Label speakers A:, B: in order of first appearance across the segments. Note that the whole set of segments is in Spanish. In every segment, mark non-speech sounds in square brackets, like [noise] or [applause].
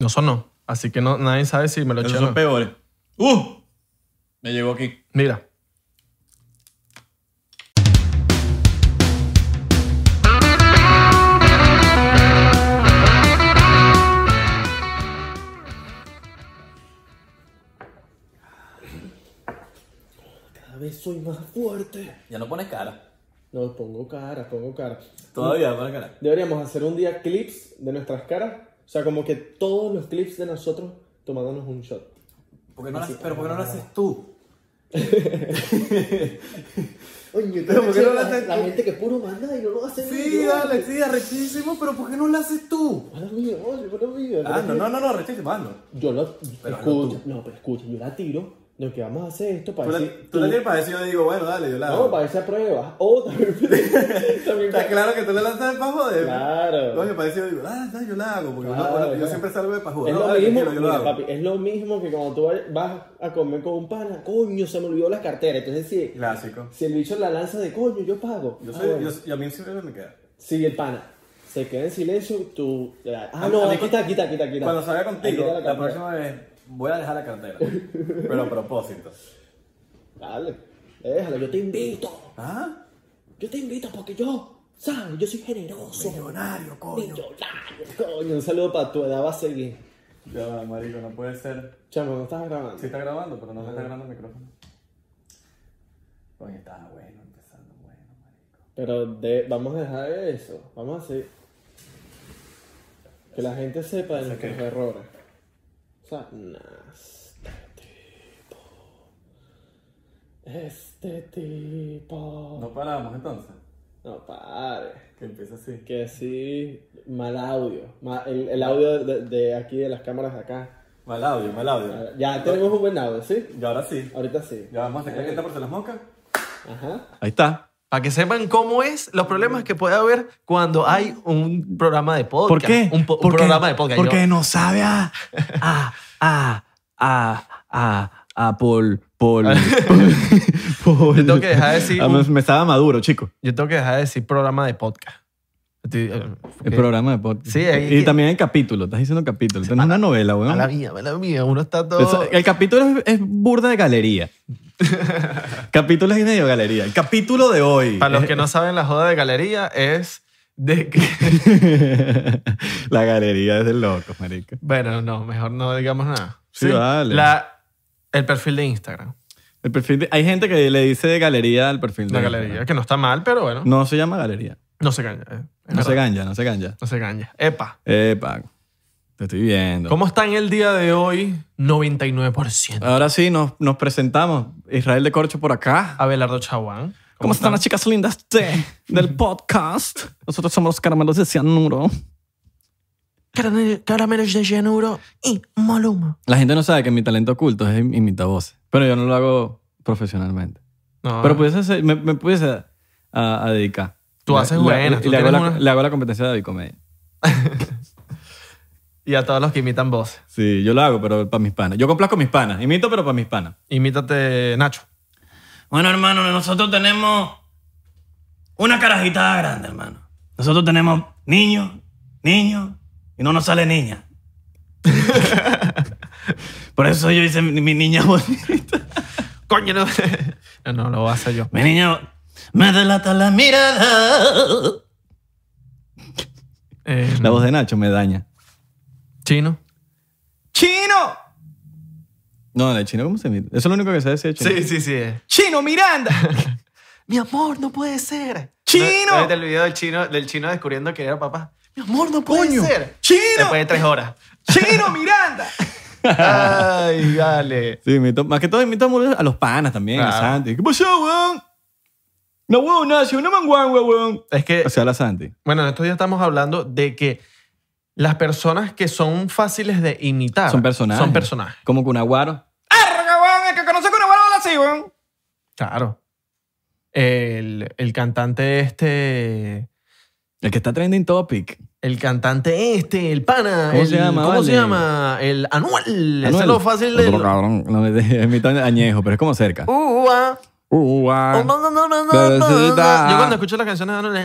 A: No sonó. Así que no, nadie sabe si me lo
B: Esos
A: eché o
B: son
A: no.
B: peores. ¡Uh! Me llegó aquí.
A: Mira.
C: Cada vez soy más fuerte.
B: Ya no pones cara.
C: No, pongo cara, pongo cara.
B: Todavía no pones cara.
C: Deberíamos hacer un día clips de nuestras caras. O sea, como que todos los clips de nosotros tomándonos un shot.
B: ¿Por qué no lo haces- pero ¿por qué no lo haces tú?
C: Oye,
B: Pero, ¿por qué no lo haces tú?
C: que puro manda y no lo hace
B: Sí, dale, sí, arrechísimo, pero ¿por qué no lo haces tú?
C: Mala mía, oye, mala mía.
B: Ah, no, no, no, no, arrechísimo, ah, no.
C: Yo lo...
B: Pero hazlo
C: escucha, no, pero escucha, yo la tiro. Lo que vamos a hacer esto
B: Tú
C: para
B: la,
C: decir...
B: tú la tienes para eso y yo digo, bueno, dale, yo la
C: No,
B: hago.
C: para esa prueba. O también...
B: [laughs]
C: también
B: Está claro que tú la lanzas para joder.
C: Claro.
B: Coño, para eso yo digo, ah, no, yo la hago, porque
C: Claro,
B: uno- uno- yo
C: claro.
B: siempre salgo de para jugar.
C: Ah, Es
B: No,
C: lo,
B: dale,
C: mismo,
B: tranquilo, yo lo
C: mira,
B: hago.
C: papi, es lo mismo que cuando tú vas- vas a comer con un pana, coño, se me olvidó la cartera. Entonces, si,
B: Clásico.
C: si el bicho la lanza de coño, yo pago.
B: Yo
C: Ah,
B: soy,
C: bueno.
B: yo- y a mí siempre me queda.
C: Si el pana se queda en silencio, tú.
B: A
C: Ah,
B: mí- a
C: no,
B: mí
C: aquí
B: cuando-
C: está, aquí está, aquí está. aquí está.
B: Cuando salga contigo,
C: Aquí está
B: la,
C: cartera.
B: próxima vez voy a dejar la [laughs] cartera. Pero a propósito.
C: Dale, déjalo, yo te invito.
B: ¿Ah?
C: Yo te invito porque yo, ¿sabes? Yo soy generoso.
B: Millonario, coño.
C: Millonario, coño. Un saludo para tu edad, va a seguir.
B: Ya, va, marico, no puede ser.
C: Chamo, no estás grabando.
B: Sí está grabando, pero no me está grabando el micrófono. Coño, estaba bueno, empezando bueno, marico.
C: Pero de- vamos a dejar eso. Vamos a hacer. Que la gente sepa de nuestros
B: qué?
C: errores. O sea, nas- este tipo. Este tipo.
B: No paramos entonces.
C: No, padre.
B: Que empieza así.
C: Que sí. Mal audio. ma- el, el audio de, de aquí, de las cámaras de acá.
B: Mal audio, mal audio.
C: Ahora- Ya tenemos un buen audio, ¿sí?
B: Y ahora sí.
C: Ahorita sí.
B: Ya vamos a sacar que está por las moscas.
C: Ajá.
B: Ahí está.
A: Para que sepan cómo es los problemas que puede haber cuando hay un programa de podcast.
D: ¿Por qué?
A: Un, po- un
D: Porque-
A: programa de podcast.
D: Porque
A: Yo-
D: no sabe a. a. a. a. a. a Paul.
A: [laughs]
D: Paul. Paul.
A: Yo tengo que dejar de decir
D: Ah,
A: un-
D: me, me estaba maduro, chico.
A: Yo tengo que dejar de decir programa de podcast. Estoy- eh,
D: El
A: ok.
D: programa de podcast.
A: Sí, ahí-
D: y también el capítulo. Estás diciendo capítulo. Esto no es una novela,
A: A la
D: weón.
A: mía, a la mía. Uno está todo.
D: Es- el capítulo es, es burda
A: [laughs]
D: de galería. capítulo es medio galería. El capítulo de hoy.
A: Para los que no saben, la joda de galería es de que.
D: [laughs]
A: [laughs]
D: la galería es de locos, marica.
A: Bueno, no, mejor no digamos nada.
D: Sí, vale.
A: La, el perfil de Instagram.
D: El perfil de- hay gente que le dice de galería al perfil de
A: La galería, que no está mal, pero bueno. No,
D: No se llama galería.
A: se ganja. eh. Es
D: No se
A: verdad,
D: ganja, no se ganja.
A: No se ganja. Epa.
D: Epa, te estoy viendo.
A: ¿Cómo está en el día de hoy? 99%.
D: Ahora sí, nos, nos presentamos. Israel de Corcho por acá.
A: Abelardo Chaguán.
D: ¿Cómo, están las chicas lindas de- [laughs] del podcast? Nosotros somos los caramelos de cianuro.
A: Carame- Caramelos de llanuro y maluma.
D: La gente no sabe que mi talento oculto es im- imitar voces. Pero yo no lo hago profesionalmente.
A: No,
D: Pero pudiese ser- me, me pudiese a, a dedicar.
A: Tú
D: Le-
A: haces
D: le-
A: buenas,
D: y
A: tú
D: le, hago
A: tienes
D: la,
A: una-
D: le hago la competencia de David Comedia.
A: y a todos los que imitan voces.
D: Sí, yo lo hago, pero para mis panas. Yo complazco mis panas. Imito, pero para mis panas.
A: Imítate, Nacho.
D: Bueno, hermano, nosotros tenemos una carajitada grande, hermano. Nosotros tenemos niños, niños, y no nos sale niña. [laughs] Por eso yo hice mi, mi niña bonita.
A: Coño, no. [laughs] no, no, lo voy a hacer yo.
D: Mi niña me delata la mirada.
A: Eh,
D: La voz de Nacho me daña.
A: Chino.
D: ¡Chino! No, de chino, ¿cómo se mira? Eso es lo único que se decir de chino.
A: Sí, sí, sí.
D: ¡Chino Miranda!
A: Mi amor, no puede ser.
D: ¡Chino!
A: No, ¿no viste el video del chino, del chino descubriendo que era papá. Mi amor, no puede
D: Coño,
A: ser.
D: ¡Chino!
A: Después de tres [laughs] horas.
D: ¡Chino Miranda!
A: Ay, dale.
D: Sí, imito- más que todo imito mucho a los panas también, a
A: Claro.
D: Santi. ¿Qué pasó, weón? No, weón, Nacho, no manguan, weón.
A: Es que,
D: O sea, la Santi.
A: bueno, en estos días estamos hablando de que las personas que son fáciles de imitar
D: Son personajes.
A: Son personajes.
D: Como Cunaguaro. ¡Arga, weón! El que conoce a Cunaguaro habla así, weón.
A: Claro. El, el cantante este.
D: El que está trending topic.
A: El cantante este, el pana.
D: ¿Cómo
A: el-
D: se llama,
A: ¿Cómo se
D: vale?
A: llama? El Anuel. Ese
D: Anuel.
A: es lo fácil de.
D: Uh, Otro cabrón. No, me imito a añejo, pero es como cerca.
A: Ua,
D: Uruguay.
A: Yo cuando escucho las canciones de Anuel,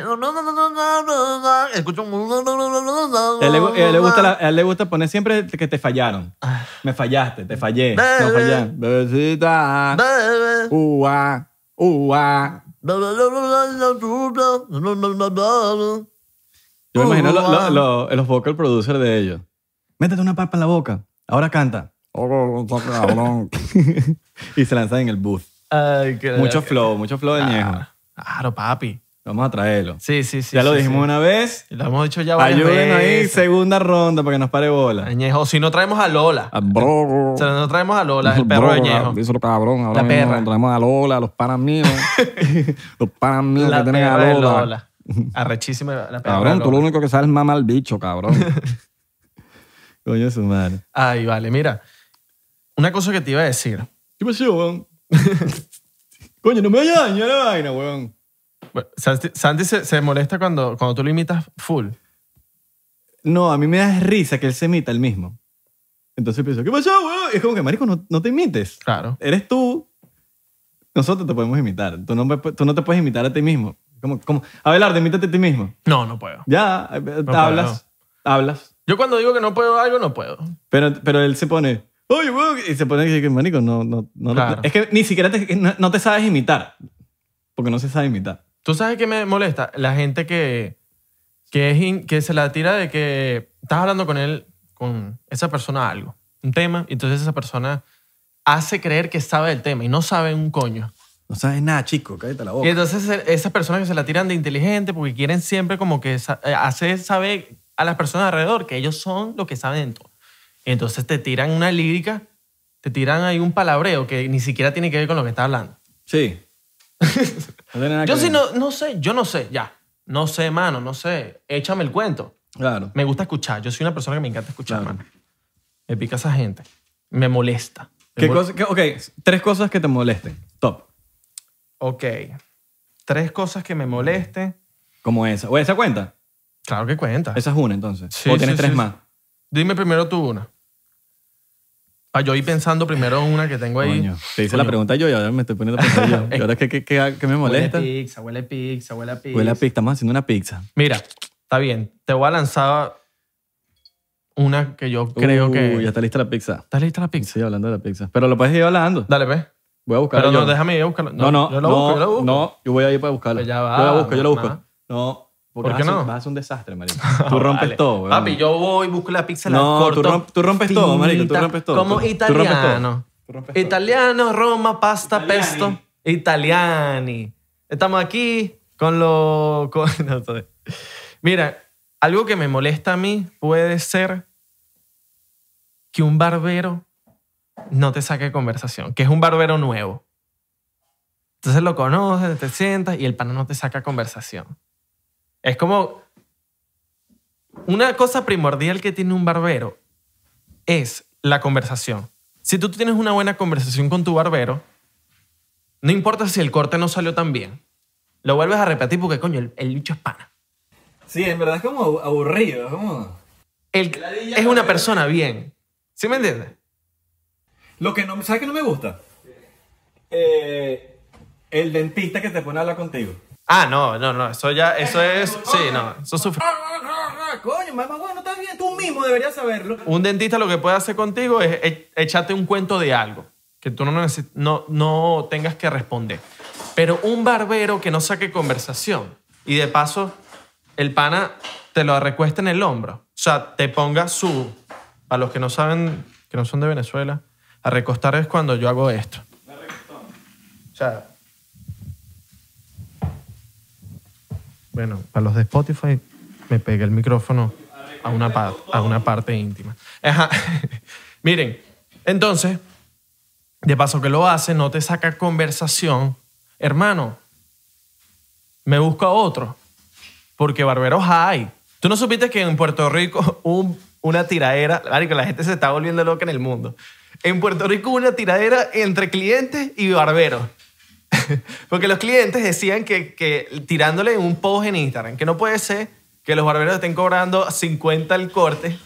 A: escucho un...
D: A él, le, gu- a él le gusta la- a él le gusta poner siempre que te fallaron.
A: Ah.
D: Me fallaste, te fallé. No
A: Bebe.
D: fallé. Bebecita. Uh, ah. Uruguay. Uruguay. Yo me imagino lo- lo- lo- los vocal producers de ellos. Oh, Métete una papa en la boca. Ahora canta. [laughs] y se lanzan en el booth.
A: Ay, qué-
D: Mucho flow, mucho flow
A: Ah.
D: de ñejo.
A: Claro, papi.
D: Vamos a traerlo.
A: Sí, sí, sí.
D: ya lo
A: sí,
D: dijimos
A: sí.
D: una vez.
A: Lo hemos dicho ya varias
D: Ayúdenos ahí,
A: veces.
D: segunda ronda para que nos pare bola.
A: Ñejo, si no traemos a Lola.
D: A Brogo.
A: O sea, no traemos a Lola, el perro de Ñejo.
D: Díselo cabrón.
A: ahora La mismo perra.
D: traemos a Lola, los panas [laughs] míos. los panas míos
A: La perra de Lola. Arrechísima la perra de Lola.
D: único que sabes mama al bicho, cabrón. [laughs] Coño, su madre.
A: Ay, vale, mira. Una cosa que te iba a decir.
D: ¿Qué pasó, [laughs] weón? Coño, no me vayas a dañar la vaina, weón.
A: Bueno, Santi, Santi se, se molesta cuando, cuando tú lo imitas full.
D: No, a mí me da risa que él se imita el mismo. Entonces pienso, ¿qué pasó, weón? Y es como que, marico, no, no te imites.
A: Claro.
D: Eres tú. Nosotros te podemos imitar. Tú no, me pu- tú no te puedes imitar a ti mismo. Como, como, Abelardo, imítate a ti mismo.
A: No, no puedo.
D: Ya, eh, hablas, hablas.
A: Yo cuando digo que no puedo algo, no puedo.
D: Pero, pero él se pone, oye, weón, y se pone que, marico, no, no, no. lo-
A: Claro.
D: es que ni siquiera te, no, no te sabes imitar. Porque no se sabe imitar.
A: ¿Tú sabes qué me molesta? La gente que, que, es in- que se la tira de que estás hablando con él, con esa persona algo, un tema, y entonces esa persona hace creer que sabe el tema y no sabe un coño.
D: No sabes nada, chico, cállate la boca.
A: Y entonces e- esas personas que se la tiran de inteligente porque quieren siempre como que sa- eh, hacer saber a las personas alrededor que ellos son lo que saben de todo. Y entonces te tiran una lírica, te tiran ahí un palabreo que ni siquiera tiene que ver con lo que está hablando.
D: Sí.
A: [laughs]
D: No tiene nada
A: Yo
D: que
A: sí
D: ver.
A: no, no sé, yo no sé, ya. No sé, mano, no sé. Échame el cuento.
D: Claro.
A: Me gusta escuchar. Yo soy una persona que me encanta escuchar,
D: Claro.
A: mano. Me pica esa gente. Me molesta. Me
D: ¿Qué
A: mol-
D: cosa, qué- ok, tres cosas que te molesten. Top.
A: Ok. Tres cosas que me molesten.
D: Como esa. ¿O esa cuenta?
A: Claro que cuenta.
D: Esa es una, entonces.
A: Ah. Sí,
D: o tienes
A: sí,
D: tres
A: sí,
D: más.
A: Dime primero tú una. Ah, yo ir pensando primero en una que tengo ahí.
D: Coño. Te hice
A: Coño.
D: la pregunta yo y ahora me estoy poniendo a pensar
A: [laughs]
D: yo. ¿Y ahora qué, qué, qué, qué me molesta?
A: Huele a pizza, huele a pizza, huele a pizza.
D: Huele a pizza. Estamos haciendo una pizza.
A: Mira, está bien. Te voy a lanzar una que yo creo
D: Uh,
A: que...
D: Ya está lista la pizza.
A: ¿Estás lista la pizza?
D: Sí, hablando de la pizza. Pero lo puedes ir hablando.
A: Dale, pues. ve.
D: Voy a buscarla
A: Pero no,
D: yo.
A: déjame ir a buscarla.
D: No, no,
A: yo lo
D: no,
A: busco, yo lo busco.
D: no, yo voy a ir para buscarla.
A: Pues ya va,
D: Yo la busco, yo la
A: no,
D: busco.
A: nada.
D: No, porque
A: ¿Por qué
D: vas a-
A: no?
D: vas a ser un
A: [laughs]
D: desastre, marico. Tú rompes
A: Vale.
D: todo, weón.
A: Papi, yo voy, busco la pizza, la
D: No,
A: corto.
D: tú romp- tú rompes todo, marico, tú rompes todo.
A: Como
D: Tú- tú rompes todo.
A: italiano.
D: Tú rompes todo.
A: Italiano, Roma, pasta,
D: Italiani.
A: pesto. Italiani. Estamos aquí con lo... con- [laughs] no sé. Mira, algo que me molesta a mí puede ser que un barbero no te saque conversación, que es un barbero nuevo. Entonces lo conoces, te sientas y el pana no te saca conversación. Es como... Una cosa primordial que tiene un barbero es la conversación. Si tú tienes una buena conversación con tu barbero, no importa si el corte no salió tan bien, lo vuelves a repetir porque, coño, el, el bicho es pana.
E: Sí, en verdad es como aburrido. Es como...
A: Él es una persona bien. ¿Sí me entiendes?
E: Lo que no, ¿Sabes que no me gusta? Eh, el dentista que te pone a hablar contigo.
A: Ah, no, no, no, eso ya, eso es, sí, no, eso
E: Ah,
A: sufre.
E: Coño, mamá, bueno, está bien. Tú mismo deberías saberlo.
A: Un dentista lo que puede hacer contigo es e- echarte un cuento de algo que tú no, neces- no, no tengas que responder. Pero un barbero que no saque conversación y de paso el pana te lo recuesta en el hombro. O sea, te ponga su... Para los que no saben, que no son de Venezuela, a recostar es cuando yo hago esto. O sea... Bueno, para los de Spotify me pegué el micrófono a una, par- a una parte íntima. Ajá. [laughs] Miren, entonces, de paso que lo hace, no te saca conversación. Hermano, me busca otro. Porque barberos hay. Tú no supiste que en Puerto Rico [laughs] hubo un- una tiradera, que la gente se está volviendo loca en el mundo. En Puerto Rico hubo una tiradera entre clientes y barberos. Porque los clientes decían que, que tirándole un post en Instagram, que no puede ser que los barberos estén cobrando 50 el corte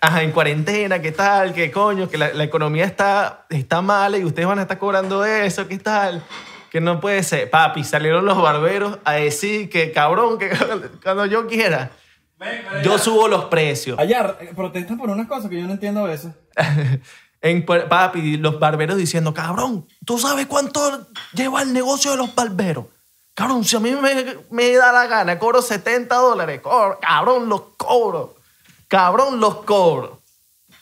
A: Ajá, en cuarentena, ¿qué tal? ¿Qué coño? Que la, la economía está, está mala y ustedes van a estar cobrando eso, ¿qué tal? Que no puede ser. Papi, salieron los barberos a decir que cabrón, que [laughs] cuando yo quiera, yo subo los precios.
B: Allá eh, protestan por unas cosas que yo no entiendo a veces.
A: [laughs] En, pu- papi, los barberos diciendo, cabrón, ¿tú sabes cuánto lleva el negocio de los barberos? Cabrón, si a mí me, me da la gana, cobro 70 dólares, cobro- cabrón, los cobro. Cabrón, los cobro.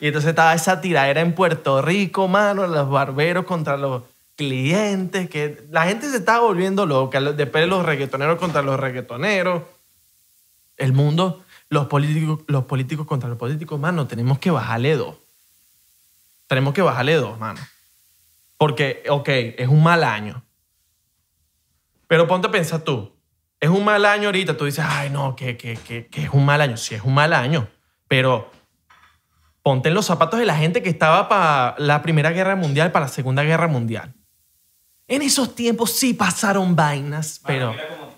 A: Y entonces estaba esa tiradera en Puerto Rico, mano, los barberos contra los clientes, que la gente se estaba volviendo loca, lo- después los reggaetoneros contra los reggaetoneros, el mundo, los políticos, los políticos contra los políticos, mano, tenemos que bajarle dos tenemos que bajarle dos, mano. Porque, ok, es un mal año. Pero ponte a pensar tú. Es un mal año ahorita. Tú dices, ay, no, que, que, que, que es un mal año. Sí, es un mal año. Pero ponte en los zapatos de la gente que estaba para la Primera Guerra Mundial, para la Segunda Guerra Mundial. En esos tiempos sí pasaron vainas, pero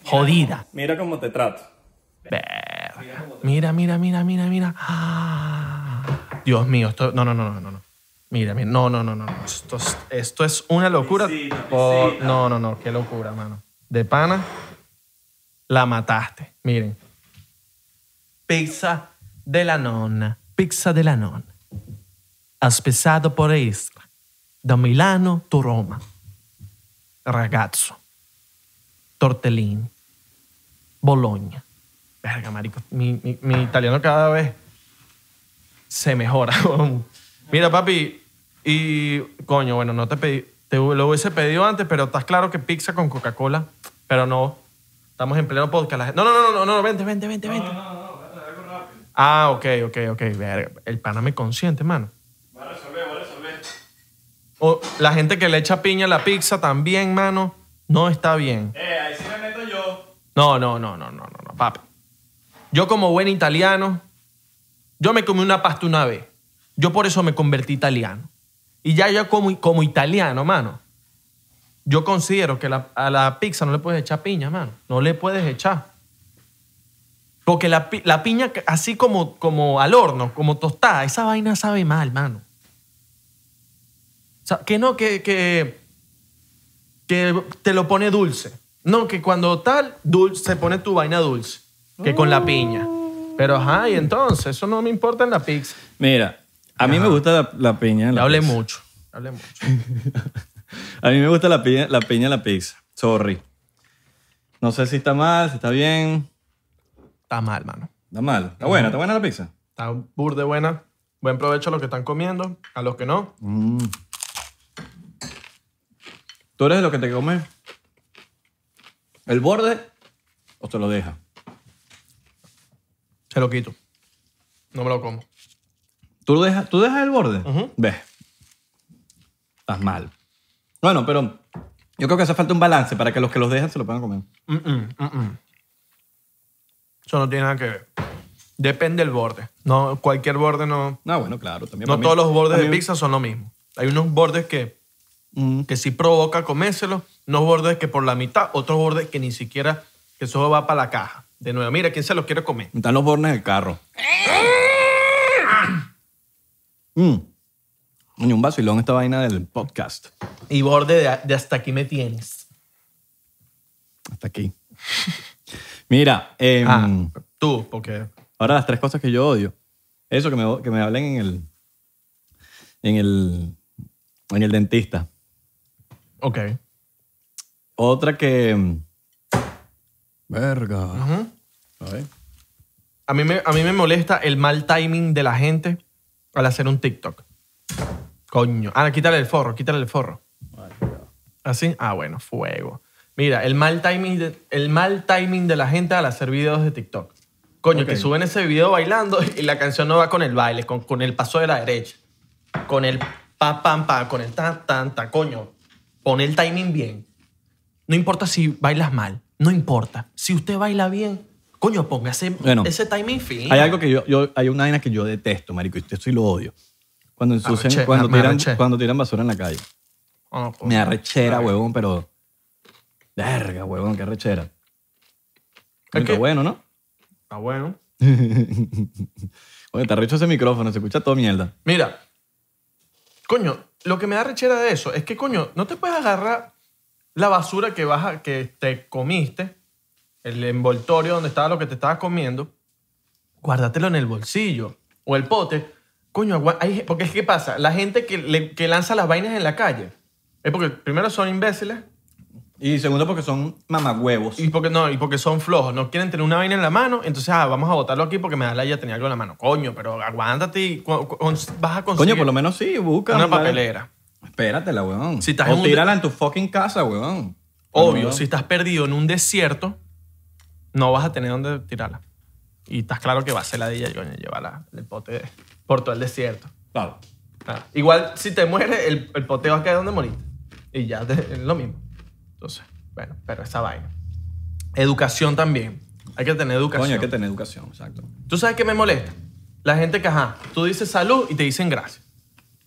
A: jodidas.
B: Mira cómo te trato.
A: Verga. Mira, mira, mira, mira, mira. Ah. [gasps] Dios mío, esto. No, no, no, no, no, no. Mira, mira. No, no, no, no. no. Esto es, esto es una locura. Por- No, no, no. Qué locura, mano. De pana, la mataste. Miren. Pizza de la nonna. Pizza de la nonna. Has pesado por Isla. Da Milano tu Roma. Ragazzo. Tortellini. Boloña. Verga, marico. Mi, mi- mi italiano cada vez se mejora. [laughs] weón. Mira, papi, y coño, bueno, no te pedí. Te hu- lo hubiese pedido antes, pero estás claro que pizza con Coca-Cola. Pero no. Estamos en pleno podcast. la gente- No, no, no, no, no, no, vente, vente, vente, vente. Ah, ok, ok, ok. Verga, El pana me consiente, mano. O la gente que le echa piña a la pizza también, mano, no está bien. No, no, no, no, no, no, no, papi. Yo como buen italiano, yo me comí una pasta una vez. Yo por eso me convertí italiano. Y ya yo como, como italiano, mano. Yo considero que la- a la pizza no le puedes echar piña, mano. No le puedes echar. Porque la, pi- la piña, así como, como al horno, como tostada, esa vaina sabe mal, mano. O sea, que no, que, que, que te lo pone dulce. No, que cuando tal, dulce, se pone tu vaina dulce, que con la piña. Pero ajá, y entonces, eso no me importa en la pizza.
D: Mira, a mí me gusta la, la piña.
A: Le
D: en la
A: hablé
D: pizza.
A: mucho, le hablé mucho.
D: A mí me gusta la piña, la piña en la pizza. Sorry. No sé si está mal, si está bien.
A: Está mal, mano.
D: Está mal. Está buena, está buena la pizza.
A: Está burde buena. Buen provecho a los que están comiendo, a los que no.
D: ¿Tú eres de lo que te comes el borde o te lo deja?
A: Se lo quito. No me lo como.
D: ¿Tú, lo dejas, ¿tú dejas el borde? Ves. Estás mal. Bueno, pero yo creo que hace falta un balance para que los que los dejan se lo puedan comer.
A: Mm-mm, mm-mm. Eso no tiene nada que ver. Depende del borde. No, cualquier borde no,
D: Ah, bueno, claro. También
A: No
D: para mí-
A: todos los bordes de
D: también-
A: pizza son lo mismo. Hay unos bordes que,
D: Mm.
A: que sí provoca comérselos, unos bordes que por la mitad, otros bordes que ni siquiera, que eso va para la caja. De nuevo, mira, ¿quién se los quiere comer?
D: Están los bornes del carro.
A: ¡Eh!
D: Mm. Ni un vacilón esta vaina del podcast.
A: Y borde de, de hasta aquí me tienes.
D: Hasta aquí. Mira, em,
A: Ah, tú, porque...
D: ahora las tres cosas que yo odio. Eso que me, que me hablen en el, en el. En el dentista.
A: Ok.
D: Otra que. em, Verga.
A: Ujú.
D: A ver.
A: a, mí me, a mí me molesta el mal timing de la gente al hacer un TikTok. Coño. Ah, quítale el forro, quítale el forro. ¿Así? Ah, bueno, fuego. Mira, el mal timing de, el mal timing de la gente al hacer videos de TikTok. Coño, que suben ese video bailando [laughs] y la canción no va con el baile, con, con el paso de la derecha. Con el pa, pam, pa, con el tan, tan, ta. Coño, pon el timing bien. No importa si bailas mal, no importa. Si usted baila bien, coño, póngase
D: Bueno.
A: ese timing fin.
D: Hay algo que yo, yo- Hay una vaina que yo detesto, marico. Y esto sí lo odio. Cuando ensucian.
A: Arreché,
D: cuando,
A: me
D: tiran,
A: arreché.
D: cuando tiran basura en la calle.
A: Ah, coño.
D: Me arrechera, huevón, pero. Verga, huevón, qué arrechera.
A: Es
D: Está
A: que-
D: bueno, ¿no?
A: Está bueno.
D: Oye, está recho ese micrófono, se escucha toda mierda.
A: Mira, coño, lo que me da rechera de eso es que, coño, no te puedes agarrar la basura que, vas a- que te comiste, el envoltorio donde estaba lo que te estabas comiendo, guárdatelo en el bolsillo o el pote. Coño, agua- hay ge- porque es que pasa, la gente que, le- que lanza las vainas en la calle es porque primero son imbéciles
D: Y segundo, porque son mamagüevos.
A: y porque no, y porque son flojos, no quieren tener una vaina en la mano, entonces ah, vamos a botarlo aquí porque me da la idea de tener algo en la mano. Coño, pero aguántate y cu- cu- cons- vas a conseguir
D: Coño, por lo menos sí, busca.
A: una
D: vale.
A: papelera.
D: Espératela, weón.
A: Si estás en
D: o
A: un-
D: tírala en tu fucking casa, weón.
A: Obvio,
D: Weón.
A: si estás perdido en un desierto, no vas a tener dónde tirarla. Y estás claro que va a ser la de ella, coño, llevarla el pote de- por todo el desierto.
D: Claro.
A: Ah, Igual, si te mueres, el, el pote va a caer donde moriste. Y ya [laughs] te- es lo mismo. Entonces, bueno, pero esa vaina. Educación también. Hay que tener educación.
D: Coño, hay que tener educación, exacto.
A: ¿Tú sabes qué me molesta? La gente que, ajá, tú dices salud y te dicen gracias.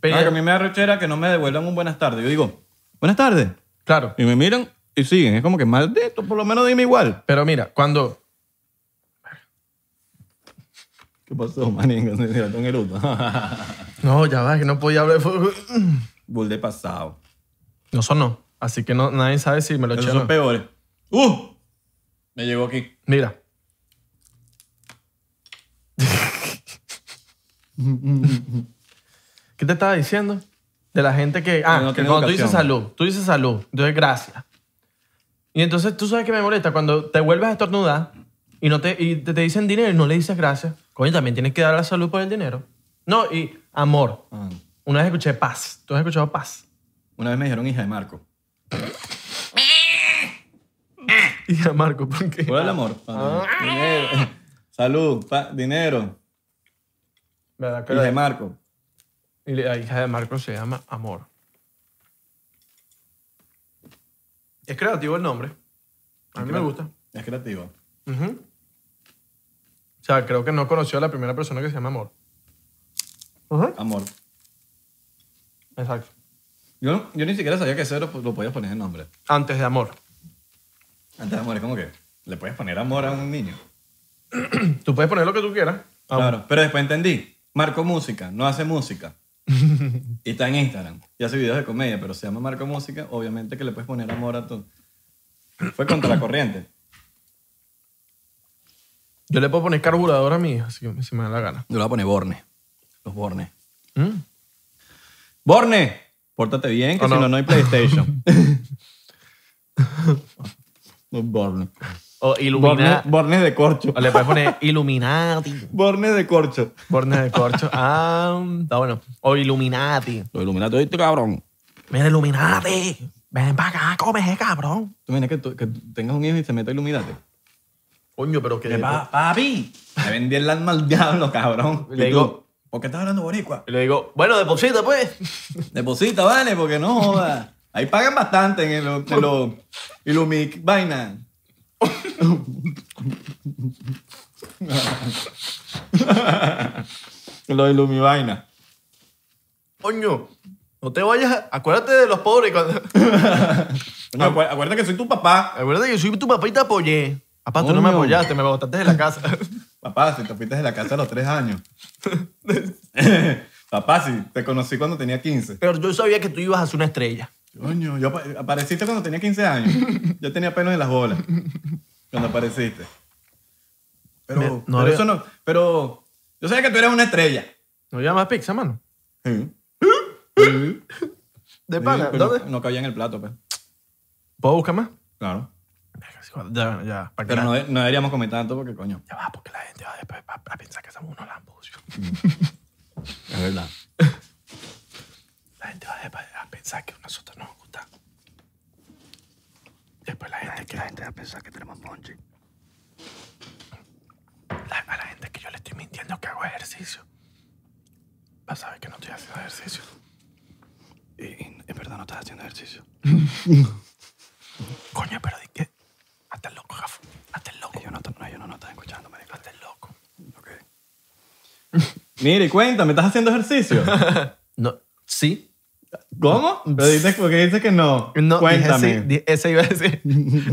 A: Pero,
D: No, que a mí me da rechera que no me devuelvan un buenas tardes. Yo digo, buenas tardes.
A: claro.
D: Y me miran y siguen. Es como que maldito, por lo menos dime igual.
A: Pero mira, cuando
D: ¿Qué pasó, [laughs] manín? Se tiró un eruto.
A: No, ya va, que no podía hablar de fútbol.
D: [laughs] Bull de pasado.
A: No sonó. Así que no, nadie sabe si me lo eché
D: Esos
A: o
D: son
A: no.
D: peores. ¡Uh! Me llegó aquí.
A: Mira. ¿Qué te estaba diciendo? De la gente que... Ah,
D: No, no
A: que
D: tiene
A: cuando tú dices
D: educación.
A: salud, tú dices salud, entonces gracias. Y entonces tú sabes que me molesta cuando te vuelves a estornudar y, no te, y te, te dicen dinero y no le dices gracias. Coño, también tienes que dar la salud por el dinero. No, y amor.
D: Ah,
A: Una vez escuché paz. ¿Tú has escuchado paz? [laughs]
D: Una vez me dijeron hija de Marco.
A: Y a Marco, ¿por qué?
D: ¿Cuál es el amor? Ah, no. Dinero. [laughs] Salud, pa- dinero.
A: ¿Verdad que
D: Hija
A: lo-
D: de Marco.
A: Y la hija de Marco se llama Amor. Es creativo el nombre. A mí me gusta.
D: Es creativo.
A: Ujú. O sea, creo que no conoció a la primera persona que se llama Amor. Ujú.
D: Amor.
A: Exacto.
D: Yo, yo ni siquiera sabía que cero lo podías poner en nombre.
A: Antes de Amor.
D: Antes de amor, es como que le puedes poner amor a un niño.
A: Tú puedes poner lo que tú quieras. Ah,
D: Claro, pero después entendí. Marco Música, no hace [laughs] música. y está en Instagram. Y hace videos de comedia, pero se llama Marco Música. Obviamente que le puedes poner amor a tu... Fue contra la corriente.
A: Yo le puedo poner carburador a mi hija, si, si me da la gana.
D: Yo le voy a poner Borne. Los Borne.
A: Mm.
D: ¡Borne! Pórtate bien, que
A: ¿O
D: si
A: no?
D: Oh, no, no hay PlayStation. [laughs] Los Borne.
A: O
D: Borne,
A: ilumina.
D: Borne de corcho.
A: O le puedes poner Illuminati.
D: Borne de corcho.
A: Bornes de corcho. [laughs] Ah, está bueno. O Illuminati.
D: Lo iluminaste, ¿viste, cabrón?
A: Mira, Illuminati. Ven para acá, come, eh, cabrón.
D: ¿Tú imaginas que, tú- que tú tengas un hijo y se meta iluminate?
A: Coño, pero que.
D: Eh, papi? Te vendí el alma al diablo, cabrón.
A: Le
D: Y tú,
A: digo-
D: ¿por qué estás hablando boricua?
A: Y le digo, bueno, deposita, pues. [laughs]
D: Deposita, vale, porque no jodas. Ahí pagan bastante en el, en los Ilumic vaina. los Ilumi vaina.
A: Coño, no te vayas. Acuérdate de los pobres. Cuando... [laughs]
D: No, acu- acuérdate que soy tu papá.
A: Acuérdate que yo soy tu papá y te apoyé. Papá, tú no me
D: Coño.
A: apoyaste, me botaste de la casa. [laughs]
D: Papá, si te fuiste de la casa a los tres [laughs] años. papá, si te conocí cuando tenía 15.
A: Pero yo sabía que tú ibas a ser una estrella.
D: Coño, yo apa- apareciste cuando tenía 15 años. Yo tenía pelos en las bolas cuando apareciste. Pero,
A: Me- no
D: pero
A: había-
D: eso no. Pero yo sabía que tú eras una estrella.
A: No llevas más pizza, mano.
D: Sí.
A: De
D: Sí,
A: pana,
D: pero
A: ¿dónde?
D: No cabía en el plato, pues.
A: ¿Puedo buscar más?
D: Claro.
A: Ya, ya. Para que
D: Pero
A: la-
D: no, de- no deberíamos comer tanto porque, coño.
A: Ya va, porque la gente va después a, a pensar que somos unos lambucios.
D: Es verdad.
A: La gente va después a pensar que a nosotros nos gusta. Después la gente, que, la gente va a pensar que tenemos ponche. a la gente que yo le estoy mintiendo que hago ejercicio. Va a saber que no estoy haciendo ejercicio. Y, y en verdad no estás haciendo ejercicio. [laughs] Coño, pero di que. Hasta el loco, Jafo. Hasta el loco. Yo no, no, yo no, no estás escuchando, Hasta el loco.
D: Mire, cuéntame, ¿estás haciendo ejercicio?
A: No, sí,
D: ¿Cómo? Pero dices, ¿Por qué dices que no?
A: No, Dije,
D: cuéntame. [laughs]
A: sí, di- ese iba a decir.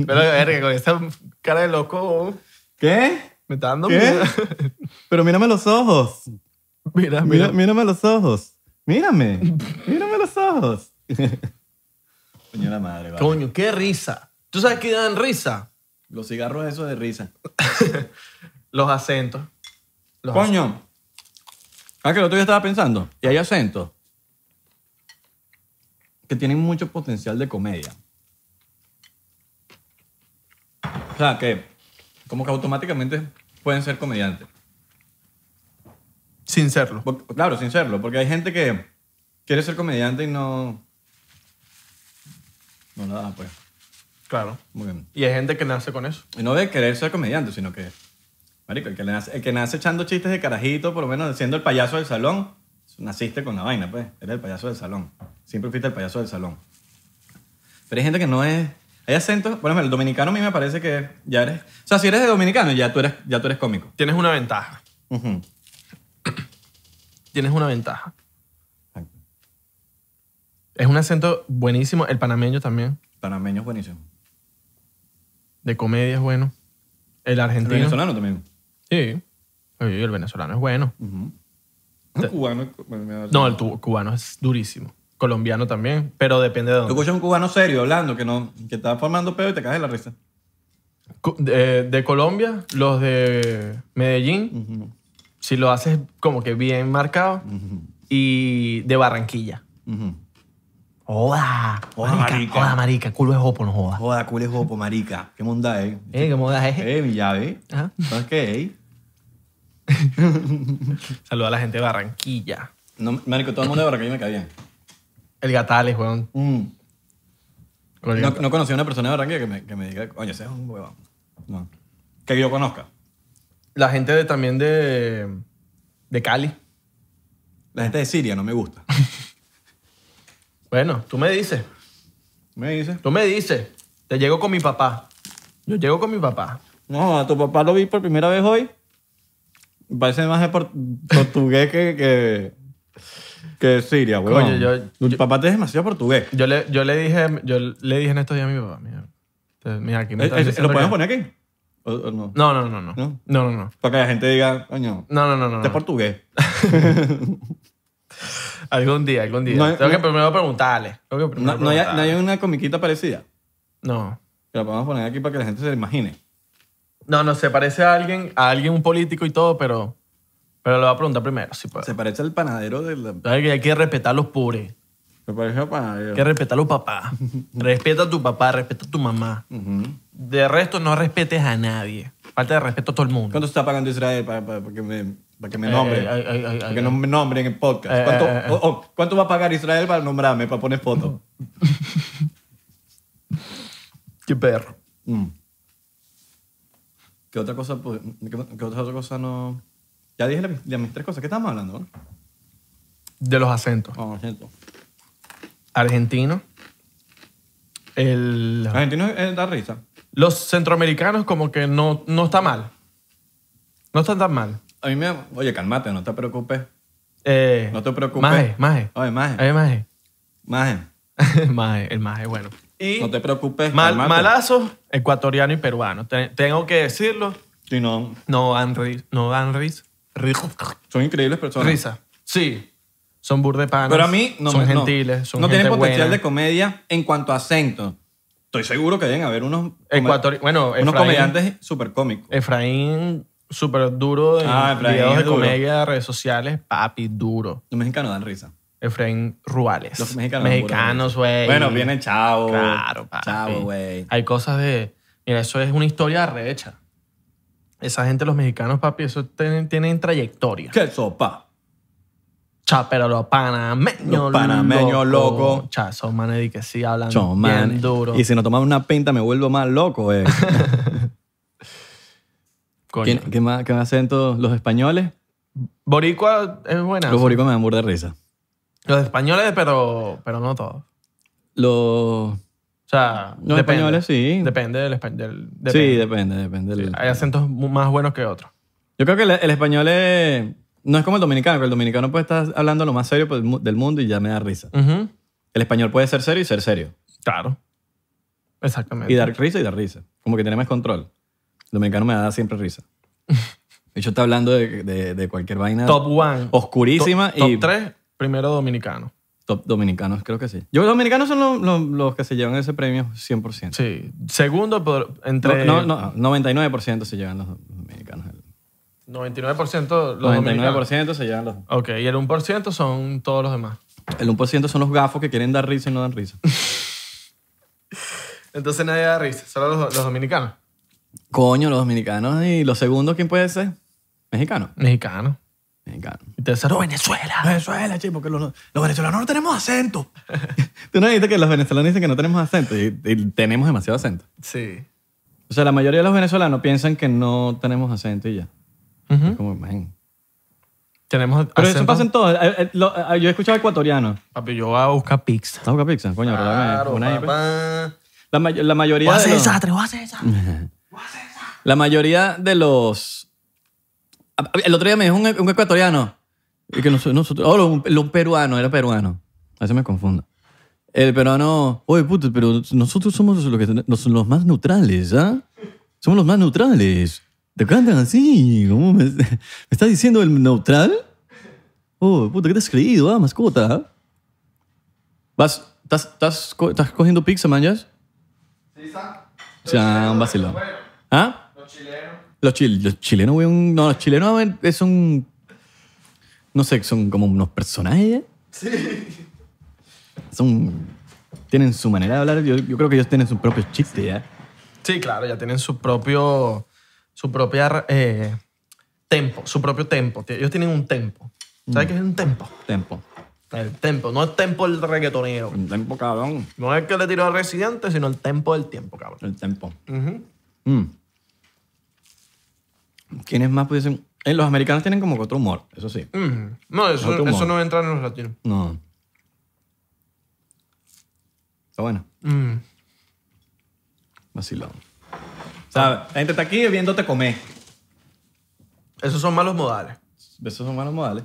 A: Pero verga, con esa cara de loco
D: ¿Qué?
A: Me está dando
D: ¿Qué?
A: miedo. [laughs]
D: Pero mírame los ojos.
A: mira, mira.
D: Ah, Mira, mírame los ojos. Mírame. Mírame los ojos. [laughs] Coño la madre, vale.
A: Coño, qué risa. ¿Tú sabes qué dan risa?
D: Los cigarros esos de risa.
A: Los acentos. Los
D: Coño. Ah, que el otro día estaba pensando. Y hay acentos que tienen mucho potencial de comedia. O sea, que como que automáticamente pueden ser comediantes.
A: acentos. Sin serlo.
D: Por- Claro, sin serlo, porque hay gente que quiere ser comediante y no. No la da, pues.
A: Claro.
D: Muy bien.
A: Y hay gente que nace con eso.
D: Y no de querer ser comediante, sino que. Marico, el que, le nace, el que nace echando chistes de carajito, por lo menos siendo el payaso del salón, naciste con la vaina, pues. Eres el payaso del salón. Siempre fuiste el payaso del salón. Pero hay gente que no es. Hay acentos. Por ejemplo, el dominicano a mí me parece que ya eres. O sea, si eres de dominicano, ya tú eres, ya tú eres cómico.
A: Tienes una ventaja.
D: Ujú.
A: Tienes una ventaja.
D: Exacto.
A: Es un acento buenísimo. El panameño también.
D: Panameño es buenísimo.
A: De comedia es bueno. El
D: El
A: argentino.
D: venezolano también.
A: Sí. Sí, el venezolano es bueno.
D: Ujú. Un cubano. bueno, me da-
A: No, el tu- cubano es durísimo. Colombiano también, pero depende de
D: Tú
A: dónde.
D: escuchas un cubano serio hablando que, no, que está formando pedo y te caes de la risa.
A: Cu- De, de Colombia, los de Medellín,
D: Ujú.
A: si lo haces como que bien marcado, y de Barranquilla.
D: Ujú.
A: Joda,
D: Joda, marica.
A: marica, culo es hopo, no joda.
D: Joda, culo es jopo, marica. Qué monda, eh.
A: Eh, ¿qué moda es?
D: Eh, mi llave.
A: Ajá.
D: ¿Sabes qué, eh?
A: Saluda a la gente de Barranquilla.
D: No, marico, todo el mundo de Barranquilla me cae bien.
A: El Gatales, weón.
D: Mm.
A: Con el
D: No,
A: Gatales.
D: no conocí a una persona de Barranquilla que me, que me diga, oye, ese es un huevón. No. Que yo conozca.
A: La gente de- también de, de Cali.
D: La gente de Siria no me gusta.
A: Bueno, tú me dices.
D: Me dice,
A: Tú me dices. Te llego con mi papá. Yo llego con mi papá.
D: no, a tu papá lo vi por primera vez hoy. Parece más de por- portugués que, que, que Siria, huevón.
A: Coño, yo-
D: tu papá te es demasiado portugués.
A: Yo le, yo le dije, yo le dije en estos días a mi papá, mira, te- mira aquí me
D: Eh,
A: están
D: eh,
A: diciendo
D: ¿Lo podemos
A: que-
D: poner aquí? ¿O, o no?
A: No, no, no, no. No, no,
D: ¿No?
A: no.
D: Para que la gente diga, coño,
A: No, no, no, no,
D: este
A: no.
D: es portugués.
A: Algún día, algún día.
D: No hay-
A: Tengo que
D: no-
A: primero preguntarle. Tengo que
D: No,
A: primero
D: no hay, no
A: preguntarle.
D: hay una comiquita parecida.
A: no.
D: Que la podemos poner aquí para que la gente se la imagine.
A: No, no, se parece a alguien, a alguien, un político y todo, pero, pero le voy a preguntar primero, si puedo.
D: Se parece al panadero de la...
A: Sabes que hay que respetar a los pobres,
D: Se parece al
A: hay
D: panadero.
A: que respetar a los
D: [laughs]
A: papás. respeta a tu papá, respeta a tu mamá.
D: Ujú.
A: De resto, no respetes a nadie. Falta de respeto a todo el mundo.
D: ¿Cuánto se está pagando Israel para, para- para que, me, para que me
A: Eh,
D: nombre?
A: eh, ay, ay, ay,
D: para
A: ay,
D: que no me nombren en el podcast.
A: Eh,
D: ¿Cuánto,
A: eh, eh.
D: oh, oh, ¿cuánto va a pagar Israel para nombrarme, para poner foto?
A: Qué perro.
D: Mm. ¿Qué otra cosa? pu- ¿Qué, qué otra, otra cosa no...? Ya dije la- de mis tres cosas. ¿Qué estábamos hablando? no?
A: De los acentos.
D: Ah, argentino.
A: argentino, el,
D: Argentino eh, da risa.
A: los centroamericanos como que no, no está mal. No están tan mal.
D: A mí me... Oye, cálmate, no te preocupes.
A: Eh,
D: No te preocupes. Ah.
A: Maje, maje.
D: Oye, maje.
A: Eh, maje. [laughs]
D: Maje.
A: maje, el maje, bueno. Y
D: No te preocupes.
A: mal,
D: cálmate.
A: malazos, ecuatoriano y peruano. Te- tengo que decirlo,
D: Sí, no.
A: no dan, ri- no dan ris, ri-
D: Son increíbles personas.
A: risa. Sí, son burdepanos.
D: Pero a mí no
A: son
D: me- no.
A: gentiles, son
D: No tienen
A: gente
D: potencial
A: buena.
D: de comedia en cuanto a acento. Estoy seguro que deben haber unos,
A: Ecuatori- bueno,
D: unos
A: Efraín- Eh.
D: comediantes súper cómicos.
A: Efraín, súper duro en
D: Ah, Efraín
A: videos
D: es
A: de
D: duro.
A: comedia, redes sociales, papi, duro.
D: Los mexicanos dan risa.
A: Efraín Ruales.
D: Los mexicanos. dan pura
A: Mexicanos,
D: risa.
A: güey.
D: Bueno, vienen chavo.
A: Claro, papi.
D: Chavo, güey.
A: Hay cosas de... Mira, eso es una historia rehecha. Esa gente, los mexicanos, papi, eso tienen, tienen trayectoria.
D: ¿Qué sopa?
A: Cha, pero los panameños
D: Los panameños, loco.
A: Cha, son manes de que sí hablan
D: Chon,
A: bien
D: man.
A: duro.
D: Y si no tomamos una pinta me vuelvo más loco,
A: [laughs]
D: eh.
A: Coño.
D: ¿Qué, qué más, ¿Qué más acento? ¿Los españoles?
A: Boricua es buena.
D: Los boricuas me dan burda de risa.
A: Los españoles, pero, pero no todos. O
D: Los...
A: sea,
D: Los
A: depende.
D: españoles, sí.
A: Depende del español.
D: Sí, depende, depende. del-
A: Hay acentos mu- más buenos que otros.
D: Yo creo que el, el español es- no es como el dominicano, que el dominicano puede estar hablando lo más serio pues, mu- del mundo y ya me da risa.
A: Ujú.
D: El español puede ser serio y ser serio.
A: Claro. Exactamente.
D: Y dar risa y dar risa. Como que tiene más control. El dominicano me da siempre risa. De hecho, está hablando de, de- de cualquier vaina.
A: Top one.
D: Oscurísima
A: top,
D: y.
A: Top 3, primero dominicano.
D: Top dominicanos, creo que sí. Yo, los dominicanos son los, los- los que se llevan ese premio 100%.
A: Sí. Segundo, por- entre
D: No, no, no, 99% se llevan los, los dominicanos. El
A: 99% los
D: 99%
A: dominicanos.
D: se llevan los.
A: Ok, y el 1% son todos los demás.
D: El 1% son los gafos que quieren dar risa y no dan risa.
A: Entonces nadie da risa, solo los, los dominicanos.
D: Coño, los dominicanos. ¿Y los segundos quién puede ser? Mexicano.
A: Mexicanos.
D: Mexicano.
A: Y tercero, Venezuela.
D: Venezuela, che, porque los, los venezolanos no tenemos acento. [laughs] Tú no dijiste que los venezolanos dicen que no tenemos acento y, y tenemos demasiado acento.
A: Sí.
D: O sea, la mayoría de los venezolanos piensan que no tenemos acento y ya. Es
A: Ujú.
D: como, man.
A: Tenemos
D: Pero eso
A: acento.
D: pasa en todo. Eh, eh, lo- eh, Yo he escuchado ecuatoriano.
A: Papi, yo voy a buscar pizza.
D: ¿Estás buscando pizza? Coño, regálame una ahí, pues. Mm.
A: papá.
D: La, may- la mayoría
A: Voy a
D: de
A: hacer
D: los,
A: desastre, voy a hacer desastre.
D: La mayoría de los... El otro día me dijo un, un ecuatoriano. Y que nosotros... nosotros oh, lo, lo peruano, era peruano. A veces me confundo. El peruano... Oye, puto, pero nosotros somos los, que ten- los, los más neutrales, ¿ah? Somos los más neutrales. Te cantan así. ¿Cómo me, [laughs] me estás diciendo el neutral? Oh, puto, ¿qué te has creído, ah, mascota? ¿Vas, estás, estás, co- estás cogiendo pizza, manjas? Sí, un vacilón. ¿Ah? Los chilenos. Los, chilenos, güey, un- no, los chilenos güey, es un... No sé, son como unos personajes. Sí. Son... Tienen su manera de hablar. Yo, yo creo que ellos tienen su propio chiste, ¿ya?
A: Sí, claro, ya tienen su propio. Su propia. eh, tempo, su propio tempo. Ellos tienen un tempo. ¿Sabes qué es un tempo?
D: Tempo.
A: El tempo, no es tempo el reggaetonero.
D: El tempo, cabrón.
A: No es que le tiró a Residente, sino el tempo del tiempo, cabrón.
D: El tempo. Mm. ¿Quiénes más pudiesen...? Eh, los americanos tienen como que otro humor, eso sí.
A: Ujú. No, eso,
D: No, tú,
A: eso
D: mono.
A: no entra en los latinos.
D: No. Está bueno.
A: Mm.
D: Vacilón. O sea, la gente está aquí viéndote comer.
A: Esos son malos modales.
D: Esos son malos modales.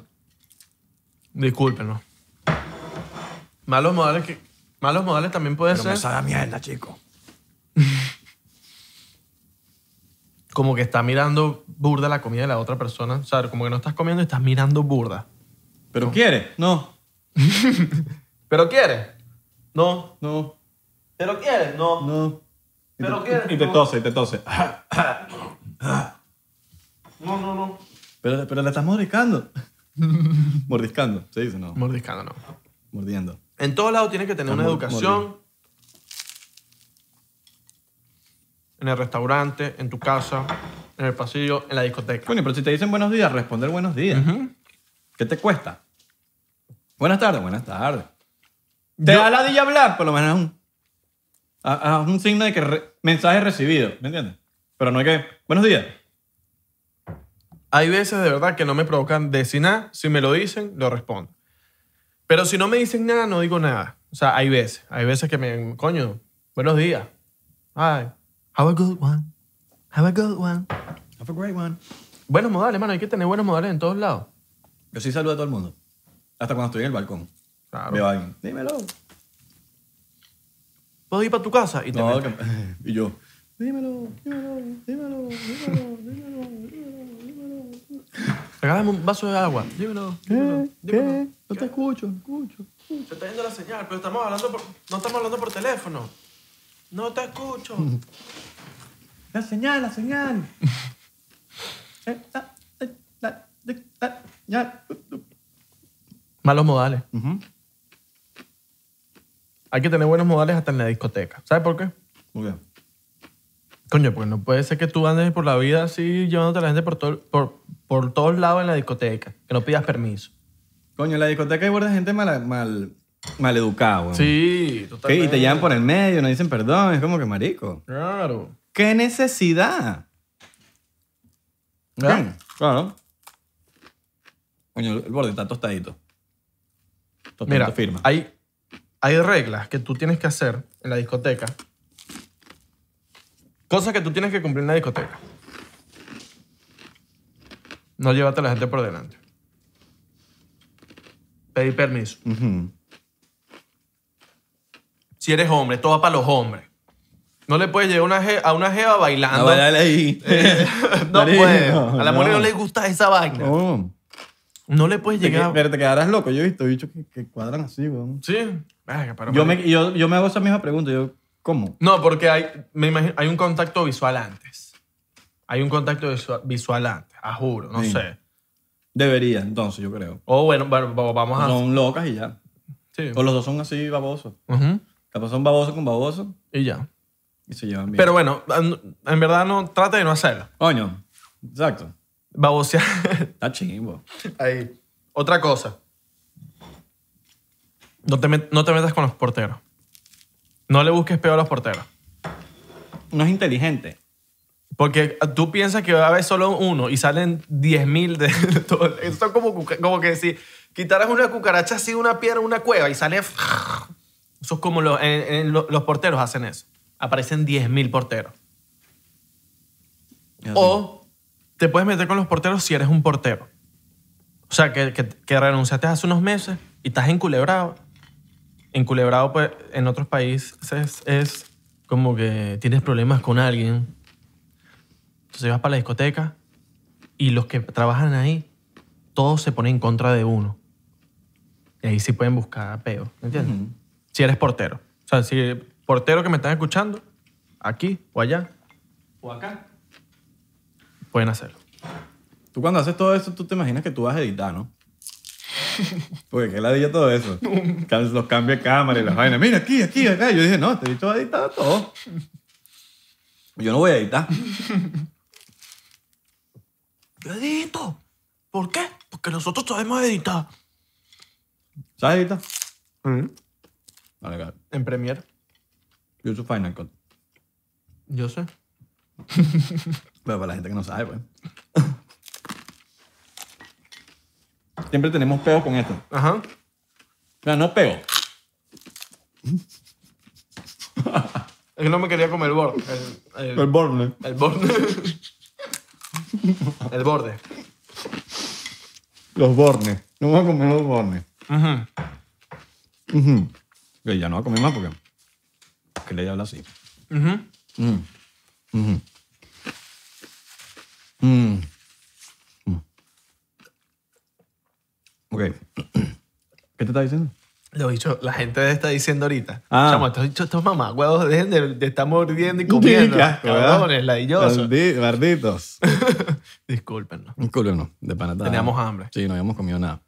A: Discúlpenlo. Malos modales que. Malos modales también puede ser.
E: sabe a mierda, chico.
A: [laughs] como que está mirando burda la comida de la otra persona. O sea, como que no estás comiendo y estás mirando burda.
D: ¿Pero quiere? No.
A: ¿Pero quieres? No.
D: No.
A: ¿Pero quieres? No.
D: No.
A: ¿Pero
D: y te,
A: quiere?
D: y te
A: No.
D: tose, y te tose.
A: No, no, no.
D: [laughs] Pero, pero la estás [laughs] mordiscando. Mordiscando, se dice, no.
A: Mordiscando, no.
D: Mordiendo.
A: En todos lados tienes que tener una
D: Está mor-
A: educación. En el restaurante, en tu casa, en el pasillo, en la discoteca.
D: Coño, pero si te dicen buenos días, responder buenos días. ¿Qué te cuesta? Buenas tardes, buenas tardes. ¿Te
A: Yo-
D: da la dilla hablar? Por lo menos haz un, haz- haz un signo de que re- mensaje recibido, ¿me entiendes? Pero no hay que... Buenos días.
A: Hay veces de verdad que no me provocan decir nada. Si me lo dicen, lo respondo. Pero si no me dicen nada, no digo nada. O sea, hay veces. Hay veces que me... Coño, buenos días. Ay, have a good one. Have a good one.
D: Have a great one.
A: Buenos modales, mano. Hay que tener buenos modales en todos lados.
D: Yo sí saludo a todo el mundo. Hasta cuando estoy en el balcón.
A: Claro.
D: Veo a alguien. Dímelo.
A: ¿Puedo ir para tu casa? Y te
D: No, [laughs]
A: metes.
D: que- y yo. Dímelo, dímelo, dímelo, dímelo, dímelo, dímelo, dímelo.
A: Regálame un vaso de agua. Dímelo. dímelo, dímelo.
D: No te escucho, escucho.
A: Se está yendo la señal, pero estamos hablando por... No estamos hablando por teléfono. No te escucho.
D: La señal, la señal. [laughs] Eh, la- eh, la- eh, la- ya.
A: Malos modales.
D: Ujú.
A: Hay que tener buenos modales hasta en la discoteca. ¿Sabes por qué?
D: Muy bien.
A: Coño, porque no puede ser que tú andes por la vida así llevándote a la gente por, todo- por, por todos lados en la discoteca, que no pidas permiso.
D: Coño, en la discoteca hay burda de gente mal, mal, maleducada, weón.
A: Sí,
D: Que- Y te llevan por el medio, no dicen perdón, es como que marico.
A: Claro.
D: ¿Qué necesidad?
A: ¿Verdad?
D: Bien, Claro. Coño, el borde está tostadito. Tostadito
A: Mira,
D: firma.
A: Hay, hay reglas que tú tienes que hacer en la discoteca. Cosas que tú tienes que cumplir en la discoteca. No llevarte a la gente por delante. Pedir permiso.
D: Ujú.
A: Si eres hombre, todo va para los hombres. No le puedes llegar una je- a una jeva bailando.
D: No,
A: [laughs]
D: dale ahí.
A: Eh, No
D: Marico,
A: puede. A la mujer no
D: no.
A: le gusta esa vaina.
D: No.
A: No le puedes
D: Te que-
A: llegar.
D: Pero te quedarás loco. Yo he visto bichos que, que cuadran así, weón.
A: Sí. Verga, pero
D: Yo
A: marico.
D: me, yo, yo me hago esa misma pregunta. Yo, ¿cómo?
A: No, porque hay, me imagino, hay un contacto visual antes. Hay un contacto visu- visual antes, a juro, no
D: Sí.
A: sé.
D: Debería, entonces, yo creo.
A: O bueno, va- va- vamos a...
D: Son locas y ya.
A: Ah. Sí.
D: O los dos son así babosos.
A: Ujú,
D: Capaz son babosos con babosos
A: Y ya.
D: y se llevan bien.
A: Pero bueno, en en verdad no, trata de no hacerlo.
D: Coño, exacto.
A: Babosear. [laughs]
D: Está chimbo.
A: Ahí. Otra cosa. No te, met- no te metas con los porteros. No le busques peor a los porteros.
D: No es inteligente.
A: Porque ah, tú piensas que va a haber solo uno y salen 10.000 de, [laughs] de todo. Esto es como, cuca- como que si quitaras una cucaracha así de una piedra, una cueva y sale... [laughs] Eso es como los, en- en lo- los porteros hacen eso. Aparecen 10.000 porteros.
D: Es así.
A: O te puedes meter con los porteros si eres un portero. O sea, que, que, que renunciaste hace unos meses y estás enculebrado. Enculebrado, pues, en otros países es, es como que tienes problemas con alguien. Entonces vas para la discoteca y los que trabajan ahí, todos se ponen en contra de uno. Y ahí sí pueden buscar peo, ¿entiendes? Si eres portero. O sea, si portero que me están escuchando, aquí o allá, o acá, pueden hacerlo.
D: Tú cuando haces todo eso, tú te imaginas que tú vas a
A: [laughs]
D: editar, ¿no? Porque qué ladilla todo eso. Cam- Los cambios de cámara y las vainas. Mira, aquí, aquí, acá. Yo dije, no, este bicho va a editar
A: [laughs]
D: todo. Yo no voy a editar.
A: Yo edito. ¿Por qué? Porque nosotros sabemos editar.
D: ¿Sabes editar? Mm. Vale, claro.
A: En Premiere.
D: Yo uso Final Cut.
A: Yo sé.
D: Pero para la gente que no sabe, pues. Siempre tenemos peos con esto.
A: Ajá.
D: O sea, no peo.
A: Es que no me quería comer el borde. El, el-
D: El borne.
A: el
D: [laughs]
A: borde. el borde.
D: Los bornes. No voy a comer los bornes.
A: Ujú.
D: Ujú. Que ya no va a comer más porque. Que le habla así.
A: Ujú.
D: Mm. Ujú. Mm. Mm. Ok. ¿Qué te está diciendo?
A: Lo dicho, la gente está diciendo ahorita.
D: Ah.
A: Chamo, estos, dicho, estos mamagüevos dejen de, de estar mordiendo y
D: [laughs]
A: comiendo. Cabrones, ladillosos.
D: Bardi- Barditos.
A: Discúlpenos.
D: Culo no, de pana estaba-
A: Teníamos hambre.
D: Sí, no habíamos comido nada.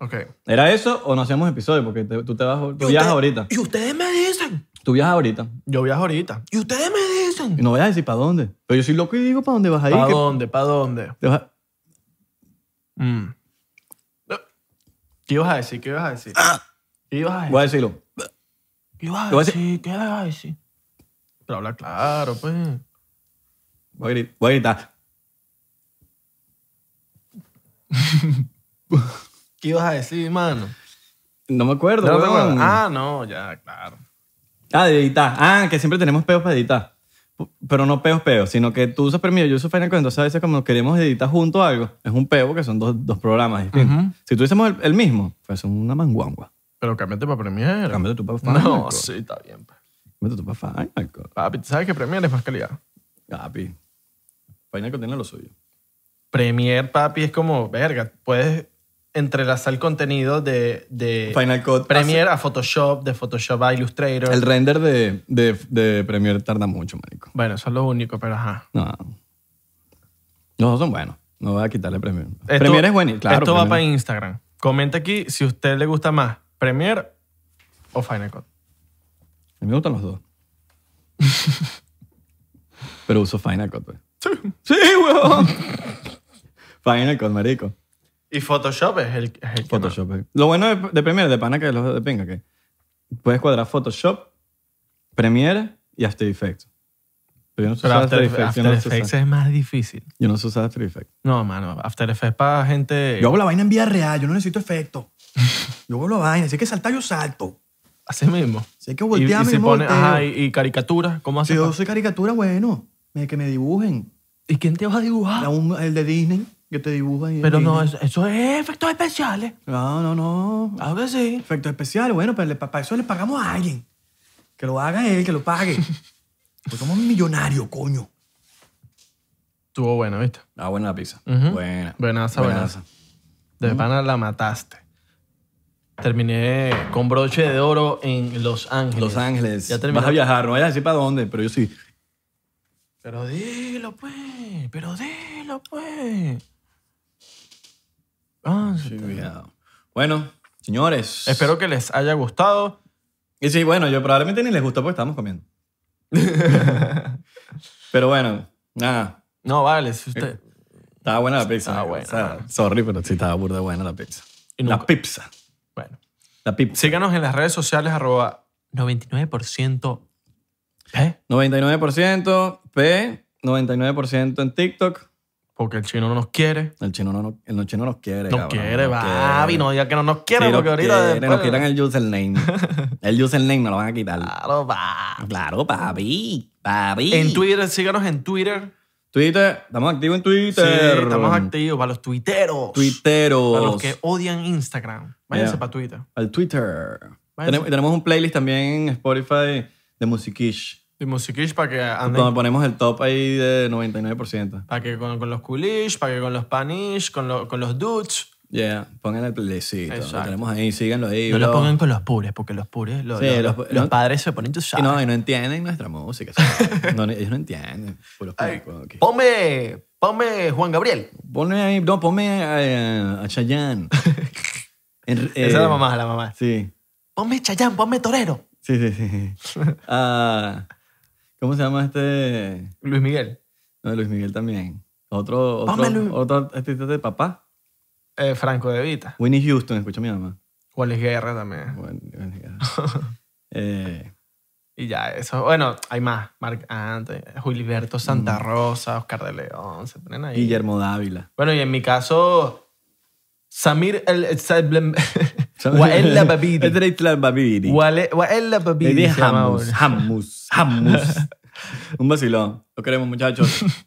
A: Ok.
D: ¿Era eso o no hacíamos episodio? Porque te- tú te vas, tú viajas ahorita.
A: Y ustedes me dicen.
D: Tú viajas ahorita.
A: Yo viajo ahorita. Y ustedes me
D: Y
A: dicen.
D: no vayas a decir para dónde. Pero yo soy loco y digo para dónde vas a ir.
A: ¿Para
D: que-
A: dónde? ¿Para dónde?
D: te vas a-
A: Mm. ¿Qué ibas a decir? ¿Qué ibas a decir? ¿Qué ibas a
D: Voy
A: decir?
D: a decirlo.
A: ¿Qué ibas
D: te
A: a
D: Ah. voy a decir-
A: decir? ¿Qué ibas a decir? Pero habla claro, pues.
D: Voy a gri- voy a gritar.
A: ¿Qué ibas a decir, mano?
D: No me acuerdo.
A: No te
D: weón.
A: acuerdas. Ah, no, ya, claro.
D: Ah, de editar. Ah, que siempre tenemos peos para editar. P- Pero no peos, peos, sino que tú usas Premiere, yo uso Final Cut, entonces a veces cuando queremos editar junto algo, es un peo porque son dos, dos programas distintos. Si tuviésemos el, el mismo, pues es una manguangua.
A: Pero cámbiate para Premiere.
D: Cámbiate tú para Final
A: No,
D: Cut.
A: sí, está bien. pues.
D: Cámbiate tú para Final Cut.
A: Papi, ¿tú sabes que Premiere es más calidad?
D: Papi. Final Cut tiene lo suyo.
A: Premiere, papi, es como, verga, puedes entrelazar el contenido de, de
D: Final Cut.
A: Premiere a Photoshop, de Photoshop a Illustrator.
D: hace- El render de, de, de Premiere tarda mucho, marico.
A: Bueno, eso es lo único, pero ajá.
D: No. Los dos son buenos. No voy a quitarle Premiere.
A: Esto-
D: Premiere es bueno, claro.
A: Esto va
D: Premiere.
A: para Instagram. Comente aquí si a usted le gusta más Premiere o Final Cut.
D: A mí me gustan
A: [laughs]
D: los dos. Pero uso Final Cut, pues. Sí. Sí, huevón. [laughs] Final Cut, marico.
A: Y Photoshop es el, es el que
D: Photoshop. eh. Lo bueno de, de Premiere, de pana que los de pinga, que puedes cuadrar Photoshop, Premiere y After Effects. Pero yo no
A: más.
D: sé
A: Pero
D: usar
A: After, Effects,
D: yo no sé
A: Effects
D: usar-
A: es más difícil.
D: Yo no sé usar After Effects.
A: No, mano. After Effects para gente...
D: Yo hago la vaina en vía real, yo no necesito efecto. Yo hago la vaina, si hay que saltar, yo salto.
A: Así mismo.
D: Si hay que
A: Y,
D: voltear,
A: y
D: me
A: se pone...
D: volteo.
A: Ajá, y, y caricaturas. ¿Cómo
D: Si
A: hace?
D: yo
A: pa-
D: soy caricatura, bueno, me- que me dibujen.
A: ¿Y quién te va a dibujar?
D: La un- el de Disney que te dibuja. ahí en
A: Pero no,
D: Disney.
A: eso, eso es efectos especiales.
D: No, no, no.
A: Claro que sí.
D: [laughs] Efectos especiales, bueno, pero para eso le pagamos a alguien. Que lo haga él, que lo pague. Pues somos millonarios, coño.
A: Estuvo bueno, ¿viste?
D: Ah, buena la pizza.
A: Ujú.
D: Buena.
A: Buenaza, buenaza. De pana la mataste. Terminé con broche de oro en Los Ángeles.
D: Los Ángeles.
A: Ya terminé.
D: Vas a viajar, no vayas a decir para dónde, pero yo sí.
A: Pero dilo, pues. Pero dilo, pues. Ah, sí.
D: Cuidado. Bueno, señores.
A: Espero que les haya gustado.
D: Y sí, bueno, yo probablemente ni les gustó porque
A: [laughs]
D: estábamos comiendo. pero bueno, nada.
A: No, vale, si usted.
D: Estaba buena la pizza.
A: Estaba
D: O
A: buena.
D: sea, sorry, pero sí estaba burda buena la pizza.
A: Y
D: La
A: nunca-
D: pizza.
A: Bueno.
D: La pizza.
A: Síganos en las redes sociales, arroba 99%. ¿Eh?
D: 99% P, 99% en TikTok.
A: Porque el chino no nos quiere.
D: El chino no, no- el chino nos quiere.
A: Nos
D: cabrón,
A: quiere,
D: nos
A: Babi.
D: quiere.
A: No diga que no nos quiere,
D: Sí, nos
A: porque ahorita.
D: quiere,
A: después-
D: nos quitan el
A: [laughs]
D: username. el username nos lo van a quitar.
A: Claro, Babi.
D: Claro, papi. Papi.
A: Ah. En Twitter, síganos en Twitter.
D: Twitter. Estamos activos en Twitter.
A: Sí, estamos activos para los tuiteros.
D: Twitteros.
A: Para los que odian Instagram. Váyanse
D: Yeah.
A: para Twitter.
D: Al Twitter.
A: Váyanse.
D: Tenemos, tenemos un playlist también en Spotify de Musiquish.
A: Y Musiquish para que
D: Donde
A: anden.
D: ponemos el top ahí de 99%.
A: Para que con, con los coolish, para que con los panish, con, lo- con los dudes.
D: Yeah, pongan el playlistcito. Lo
A: Exacto.
D: tenemos ahí, síganlo ahí.
A: No lo
D: bro.
A: pongan con los pures, porque los pures, los,
D: Sí,
A: los-
D: los-
A: los
D: no-
A: padres se ponen tus
D: Y no, y no entienden nuestra música. ¿sabes? No, ellos no entienden. Puros puercos aquí.
A: Ponme, ponme Juan Gabriel.
D: Ponme ahí, no, ponme a,
A: [laughs]
D: a Chayanne. En- eh,
A: Esa es la mamá, la mamá.
D: Sí,
A: Ponme Chayán, ponme Torero.
D: sí, sí.
A: [laughs]
D: sí. Ah, ¿Cómo se llama este?
A: Luis Miguel.
D: No, Luis Miguel también. Otro,
A: Ponme Luis-
D: otro, otro artista de papá.
A: Eh, Franco de Vita.
D: Winnie Houston, escucha a mi mamá.
A: Wallace Guerra también.
D: Bueno,
A: [laughs]
D: bueno, eh,
A: Y ya, eso. Bueno, hay más. Marc Anthony, Julberto Santa Rosa, Oscar de León. Se ponen ahí.
D: Guillermo Dávila.
A: Bueno, y en mi caso, Samir el el- Sablem- Wael
D: [laughs]
A: Lababidi.
D: Edric Lababidi.
A: Wael Wael
D: Le
A: Lababidi.
D: dije
A: se llama
D: Hamus,
A: ahora.
D: [laughs] Hamus, Hamus. Un vacilón. Lo queremos, muchachos.